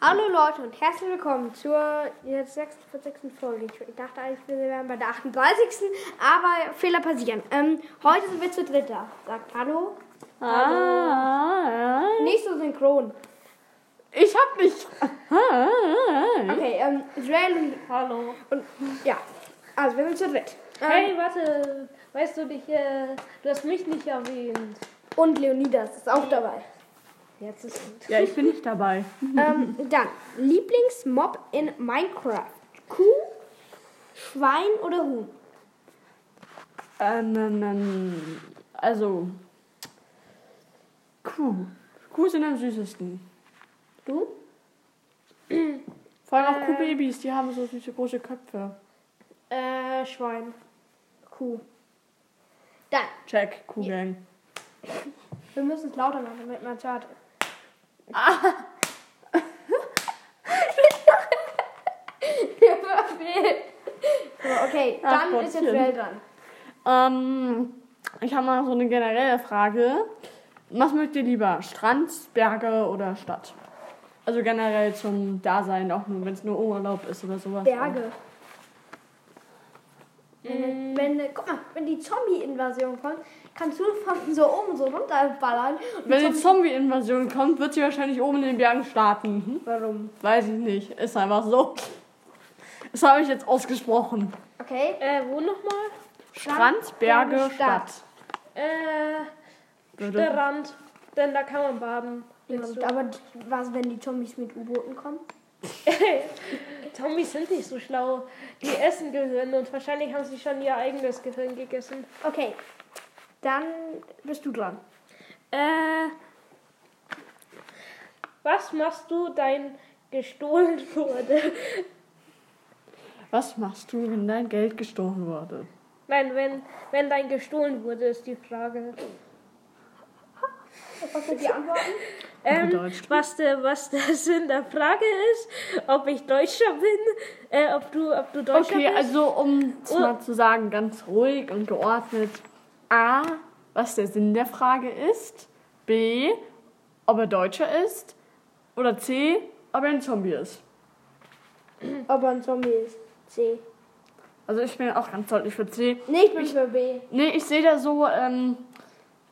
Hallo Leute und herzlich willkommen zur jetzt 46. Folge. Ich dachte eigentlich, wir wären bei der 38. Aber Fehler passieren. Ähm, heute sind wir zu dritt da. Sagt Hallo. Ah, Nicht so synchron. ich hab mich. Okay, ähm, Israel und, Hallo. und ja. Also wir sind zu dritt. Ähm, Hey, warte. Weißt du dich, äh, du hast mich nicht erwähnt. Und Leonidas ist auch dabei. Jetzt ist gut. Ja, ich bin nicht dabei. ähm, dann, Lieblingsmob in Minecraft. Kuh, Schwein oder Huhn? Ähm, ähm, ähm, also. Kuh. Kuh sind am süßesten. Du? Vor allem auch Äh. Kuhbabys, die haben so süße große Köpfe. Äh, Schwein. Kuh. Dann, Check, Kuhgang. wir müssen es lauter machen, damit man es hört. Verfehlt. So, okay, Ach, dann ist jetzt Gottchen. Well dran. Ähm, ich habe mal so eine generelle Frage. Was mögt ihr lieber? Strand, Berge oder Stadt? Also generell zum Dasein, auch nur wenn es nur Urlaub ist oder sowas. Berge. Wenn, wenn, guck mal, wenn die Zombie-Invasion kommt, kannst du von so oben so runterballern. Und die Wenn die Zombies- Zombie-Invasion kommt, wird sie wahrscheinlich oben in den Bergen starten. Hm? Warum? Weiß ich nicht. Ist einfach so. Das habe ich jetzt ausgesprochen. Okay. Äh, wo nochmal? Strand, Berge, Stadt. Stadt. Äh, der Würde. Rand. Denn da kann man baden. Ja, aber die- was, wenn die Zombies mit U-Booten kommen? Zombies sind nicht so schlau. Die essen Gehirn und wahrscheinlich haben sie schon ihr eigenes Gehirn gegessen. Okay. Dann bist du dran. Äh, was machst du, dein gestohlen wurde? Was machst du, wenn dein Geld gestohlen wurde? Nein, wenn, wenn dein gestohlen wurde, ist die Frage. Was sind die Antworten? Ähm, Deutsch. was, der, was der Sinn der Frage ist, ob ich Deutscher bin, äh, ob du, ob du Deutscher Okay, bist. also um es Oh. mal zu sagen, ganz ruhig und geordnet. A, was der Sinn der Frage ist. B, ob er Deutscher ist. Oder C, ob er ein Zombie ist. Ob er ein Zombie ist. C. Also ich bin auch ganz deutlich für C. Nee, ich bin für B. Nee, Ne, ich sehe da so, ähm,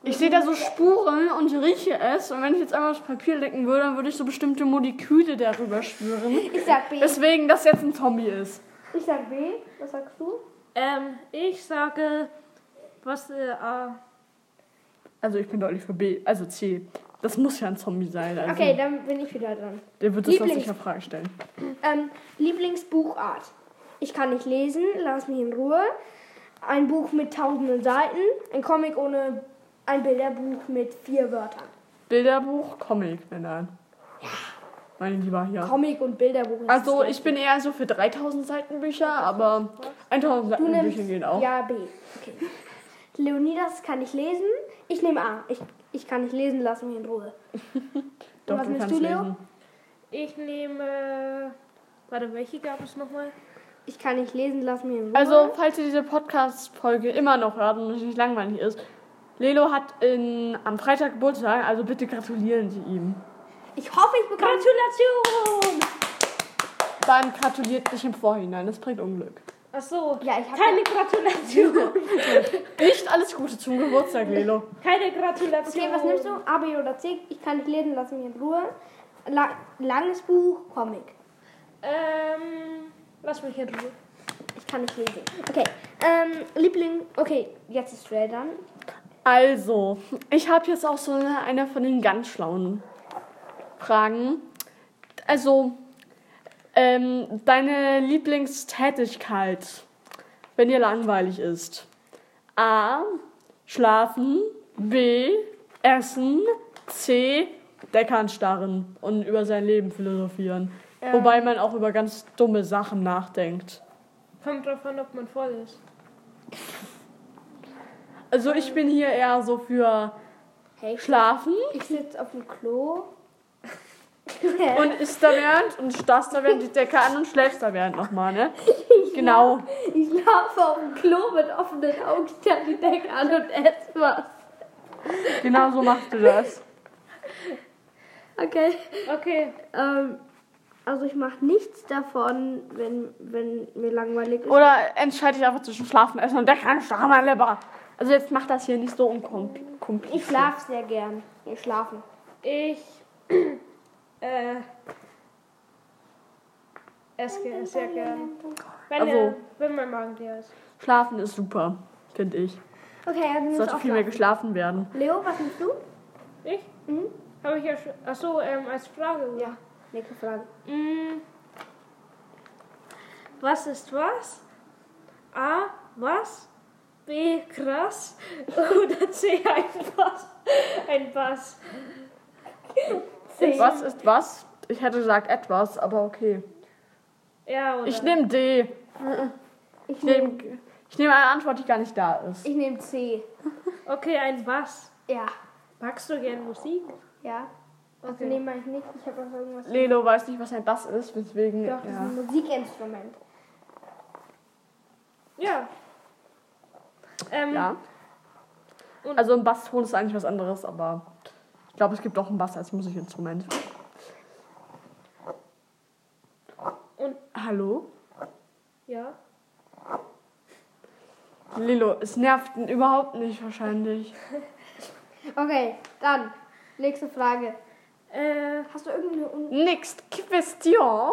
ich sehe da so Spuren und rieche es. Und wenn ich jetzt einmal das Papier lecken würde, dann würde ich so bestimmte Moleküle darüber schwören. Ich sag B. Deswegen, dass jetzt ein Zombie ist. Ich sag B. Was sagst du? Ähm, ich sage, was, äh, A. Also ich bin deutlich für B, also C. Das muss ja ein Zombie sein. Also Okay, dann bin ich wieder dran. Der wird es doch Lieblings- sicher Frage stellen. Ähm, Lieblingsbuchart. Ich kann nicht lesen, lass mich in Ruhe. Ein Buch mit tausenden Seiten. Ein Comic ohne ein Bilderbuch mit vier Wörtern. Bilderbuch, Comic, wenn dann. Mein lieber, ja. Comic und Bilderbuch. ist Also das ich bin eher so für 3000 Seiten Bücher, aber 1000 gleiche. Seiten Bücher gehen auch. Ja, B. Okay. Leonidas kann nicht lesen. Ich nehme A. Ich, ich kann nicht lesen, lass mich in Ruhe. Doch, was du nimmst kannst du, Leo? lesen. Ich nehme, warte, welche gab es nochmal? Ich kann nicht lesen, lass mich in Ruhe. Also, falls ihr diese Podcast-Folge immer noch hört und es nicht langweilig ist, Lelo hat in, am Freitag Geburtstag, also bitte gratulieren Sie ihm. ich hoffe, ich bekomme. Gratulation! Dann gratuliert nicht im Vorhinein, das bringt Unglück. Ach so, Ja, ich hab- keine Gratulation. Nicht alles Gute zum Geburtstag, Lelo. keine Gratulation. Okay, was nimmst du? A, B oder C? Ich kann nicht lesen, lass mich in Ruhe. La langes Buch, Comic. Ähm, lass mich in Ruhe. Ich kann nicht lesen. Okay. Ähm, Liebling. Okay, jetzt ist Ray dann. Also, ich habe jetzt auch so eine, eine von den ganz schlauen Fragen. Also, ähm, deine Lieblingstätigkeit, wenn dir langweilig ist. A. Schlafen. B. Essen. C. Deckern starren und über sein Leben philosophieren. Wobei man auch über ganz dumme Sachen nachdenkt. Kommt drauf an, ob man voll ist. Also ich bin hier eher so für Hey, Schlafen, ich sitze auf dem Klo. Hä? Und isst da während und starrst da während die Decke an und schläfst da während nochmal, ne? Genau. ich laufe auf dem Klo mit offenen Augen, starr die Decke an und esse was. Genau so machst du das. Okay. Okay, Ähm, Also ich mache nichts davon, wenn, wenn mir langweilig ist. Oder entscheide ich einfach zwischen Schlafen, Essen und der kann schlafen, mein Lieber. Also jetzt mach das hier nicht so unkompliziert. ich schlafe sehr gern. Ich schlafen. Ich. Äh. Esse ge- sehr gern. Wenn, Also- er, wenn mein Magen leer ist. Schlafen ist super, finde ich. Okay, dann muss Sollte auch viel mehr schlafen. geschlafen werden. Leo, was nimmst du? Ich? Mhm. Habe ich ja schon. Achso, ähm, als Frage. Ja, nächste Frage. Mm. Was ist was? A. Was? B. Krass? Oder C. Ein Bass? Ein Bass. Was ist was? Ich hätte gesagt etwas, aber okay. Ja, oder? Ich nehme D. Ich Ich nehme ich nehm eine Antwort, die gar nicht da ist. ich nehm C. Okay, ein Bass. Ja. Magst du gern Musik? Ja. Also Okay. okay. nehme ich nicht. Ich habe auch irgendwas. Lelo weiß nicht, was ein Bass ist, deswegen. Doch, das ist ja. ein Musikinstrument. Ja. Ähm, ja. Und- Also ein Basston ist eigentlich was anderes, aber ich glaube, es gibt auch einen Bass als Musikinstrument. Und- Hallo? Ja. Lilo, es nervt ihn überhaupt nicht wahrscheinlich. Okay, dann. Nächste Frage. Äh, Hast du irgendeine... Un Next Question.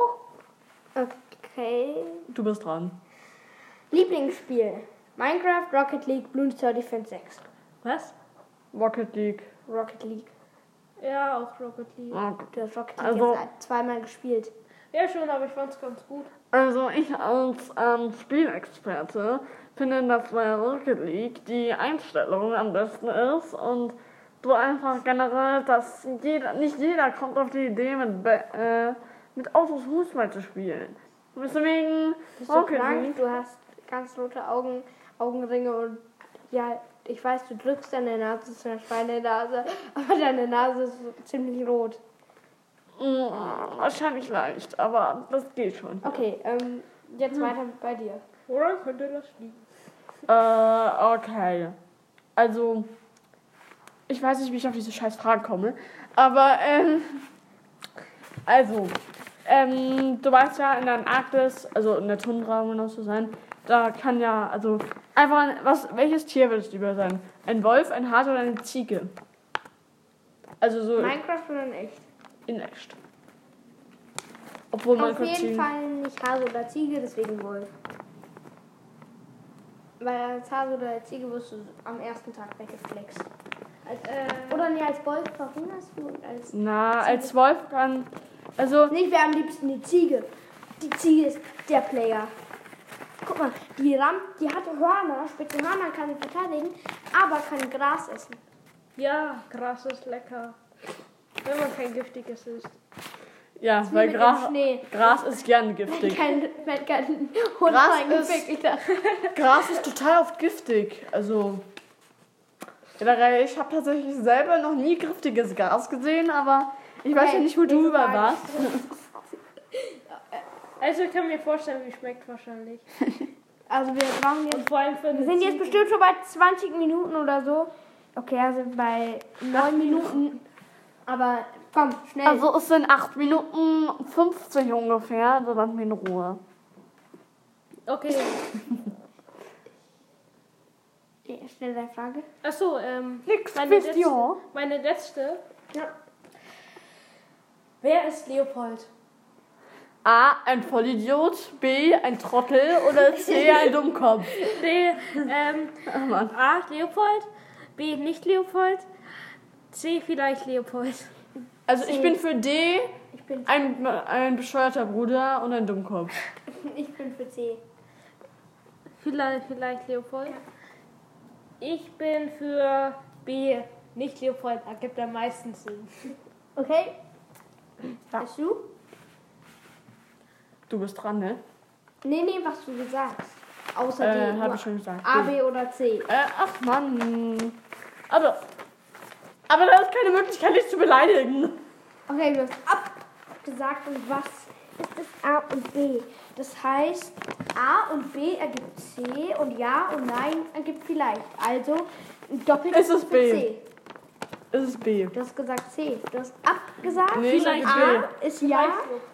okay. Du bist dran. Lieblingsspiel. Minecraft, Rocket League, Bloons 30 Fan 6. was? Rocket League. Ah. Rocket League. Ja, auch Rocket League. Du hast Rocket League Also- jetzt halt zweimal gespielt. Ja, schon, aber ich fand's ganz gut. Also ich als ähm, Spielexperte finde, dass bei Rocket League die Einstellung am besten ist und du einfach generell, dass jeder, nicht jeder kommt auf die Idee, mit, Be- äh, mit Autos Fußball zu spielen. Deswegen Bist du Rocket krank? League. Du hast ganz rote Augen, Augenringe und ja, ich weiß, du drückst deine Nase zu einer Schweinenase, aber deine Nase ist so ziemlich rot. Mh, mm, wahrscheinlich leicht, aber das geht schon. Okay, ähm, jetzt weiter bei dir. Woran könnte das liegen? Äh, okay. Also, ich weiß nicht, wie ich auf diese scheiß Frage komme, aber, ähm, also, ähm, du weißt ja, in der Antarktis, also in der Tundra, um genau zu sein, da kann ja, also, einfach, was, welches Tier würdest du lieber sein? Ein Wolf, ein Hase oder eine Ziege? Also so Minecraft oder in echt? in echt. Obwohl man Auf jeden Ziegen- Fall nicht Hase oder Ziege, deswegen Wolf. Weil als Hase oder als Ziege wirst du am ersten Tag weggeflext. Als, Äh, oder nee, als Wolf verhungerst du und als Na, als Wolf kann, also, Nicht, wer am liebsten die Ziege. Die Ziege ist der Player. Guck mal, die Ram, die hat Hörner, spitze Hörner, kann sie verteidigen, aber kann Gras essen. ja, Gras ist lecker. Wenn man kein giftiges isst. ja, Wie weil mit dem Gras, Schnee. Gras ist gern Wenn giftig. kein, wenn kein Hund Gras reingefickt ist. Gras ist total oft giftig. Also generell, ich habe tatsächlich selber noch nie giftiges Gras gesehen, aber ich weiß Okay, ja nicht, wo du nächste über Frage. warst. Also ich kann mir vorstellen, wie schmeckt wahrscheinlich. Also wir brauchen jetzt. Und vor allem für eine Wir sind jetzt Ziege. bestimmt schon bei 20 Minuten oder so. Okay, also bei 9 Minuten. Aber komm, schnell. Also es sind 8 Minuten 50 ungefähr, also lass mich in Ruhe. Okay. Ja, Schnell deine Frage. Achso, ähm, Nix, meine wisst ihr. letzte, meine letzte. Ja. Wer ist Leopold? A, ein Vollidiot, B, ein Trottel oder C, ein Dummkopf. D, ähm, Ah, Mann. A, Leopold. B, nicht Leopold. C, vielleicht Leopold. Also ich bin für D Ich bin, ein, ein bescheuerter Bruder und ein Dummkopf. ich bin für C. Vielleicht, vielleicht Leopold. Ich bin für B. Nicht Leopold, ergibt am meisten Sinn. Okay? Ja. Bist du? Du bist dran, ne? Nee, nee, was du gesagt hast. Außer Äh, die hab nur ich schon gesagt. A, B oder C. Äh, ach Mann. Aber. Aber da ist keine Möglichkeit, dich zu beleidigen. Okay, wir haben abgesagt und was ist das A und B? Das heißt, A und B ergibt C und Ja und Nein ergibt vielleicht. Also ein doppeltes Es ist für B. C. Es ist B. Du hast gesagt C. Du hast abgesagt. Nee, ich Vielleicht sag B. A ist ja.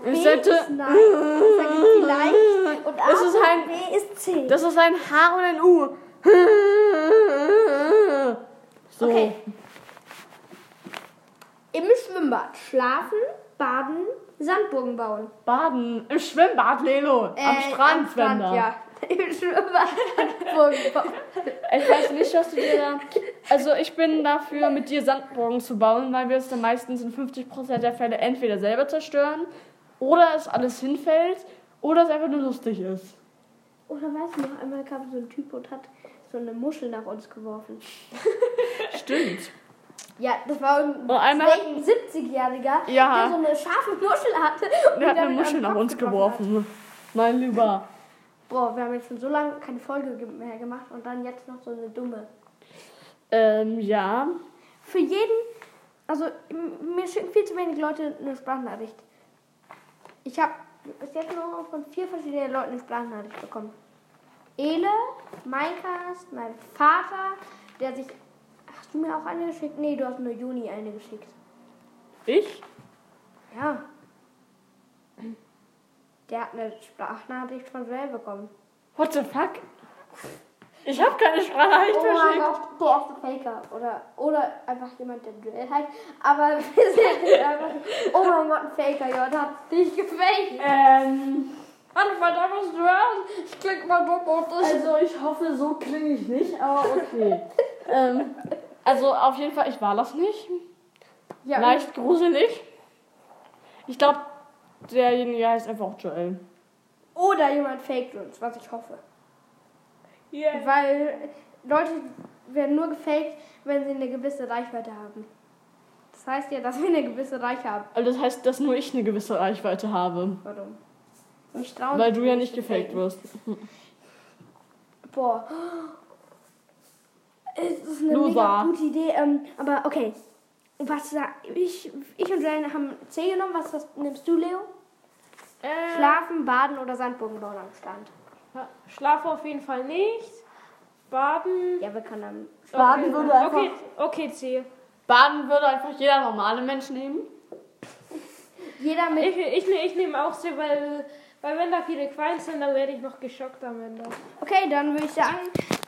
B Ich sollte- ist nein. Du sagst vielleicht. Und A Es ist und ein- B ist C. Das ist ein H und ein U. So. Okay. Im Schwimmbad schlafen, baden, Sandburgen bauen. Baden. Im Schwimmbad, Lelo. am Strand, Äh, am Strand, Wender. ja. Im Schwimmbad Sandburgen bauen. Ich weiß nicht, was du dir da... Also ich bin dafür, mit dir Sandburgen zu bauen, weil wir es dann meistens in 50% der Fälle entweder selber zerstören oder es alles hinfällt oder es einfach nur lustig ist. Oder weißt du noch, einmal kam so ein Typ und hat so eine Muschel nach uns geworfen. Stimmt. Ja, das war ein Und einmal hat- 70-Jähriger, Ja. Also, der so eine scharfe Muschel hatte. und die Er hat eine damit Muschel am nach Kopf uns getroffen geworfen. Mein Lieber. Hat. Boah, wir haben jetzt schon so lange keine Folge ge- mehr gemacht und dann jetzt noch so eine dumme. Ähm, ja. Für jeden, also m- mir schicken viel zu wenig Leute eine Sprachnachricht. Ich habe bis jetzt nur von vier verschiedenen Leuten eine Sprachnachricht bekommen. Ele, Minecast, mein Vater, der sich... Hast du mir auch eine geschickt? Nee, du hast nur Juni eine geschickt. Ich? Ja. Der hat eine Sprachnachricht von Joel bekommen. What the fuck? Ich habe keine Sprachnachricht Oh mein verschickt. Gott, der erste Faker. Oder, oder einfach jemand, der Joel heißt. Aber wir sind jetzt einfach. Oh mein Gott, ein Faker, ja, der hat dich gefaked. Ähm, Warte mal, da musst du hören. Ich klick mal dumm auf das. also ich hoffe, so klinge ich nicht, aber okay. ähm, also auf jeden Fall, ich war das nicht. Ja, Leicht gruselig. Ich glaube, derjenige heißt einfach auch Joel. Oder jemand faked uns, was ich hoffe. Yeah. Weil Leute werden nur gefaked, wenn sie eine gewisse Reichweite haben. Das heißt ja, dass wir eine gewisse Reichweite haben. Also das heißt, dass nur ich eine gewisse Reichweite habe. Warum? Mich trauen Weil sie du ja nicht nicht zu gefaked faken. wirst. Boah. Es ist eine mega Loser. gute Idee. Ähm, aber okay. Was sag ich? Ich und Jane haben C genommen. Was hast, nimmst du, Leo? Schlafen, baden oder Sandburgen bauen am Strand? Schlaf Äh, auf jeden Fall nicht. Baden. Ja, wir können am Baden würde einfach- Okay, okay, C. Baden würde einfach jeder normale Mensch nehmen. Jeder mit. Ich, ich, ne- ich nehme auch C, weil, weil wenn da viele Quallen sind, dann werde ich noch geschockt am Ende. Okay, dann würde ich sagen,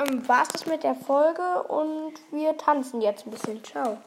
ähm, war es das mit der Folge und wir tanzen jetzt ein bisschen. Ciao.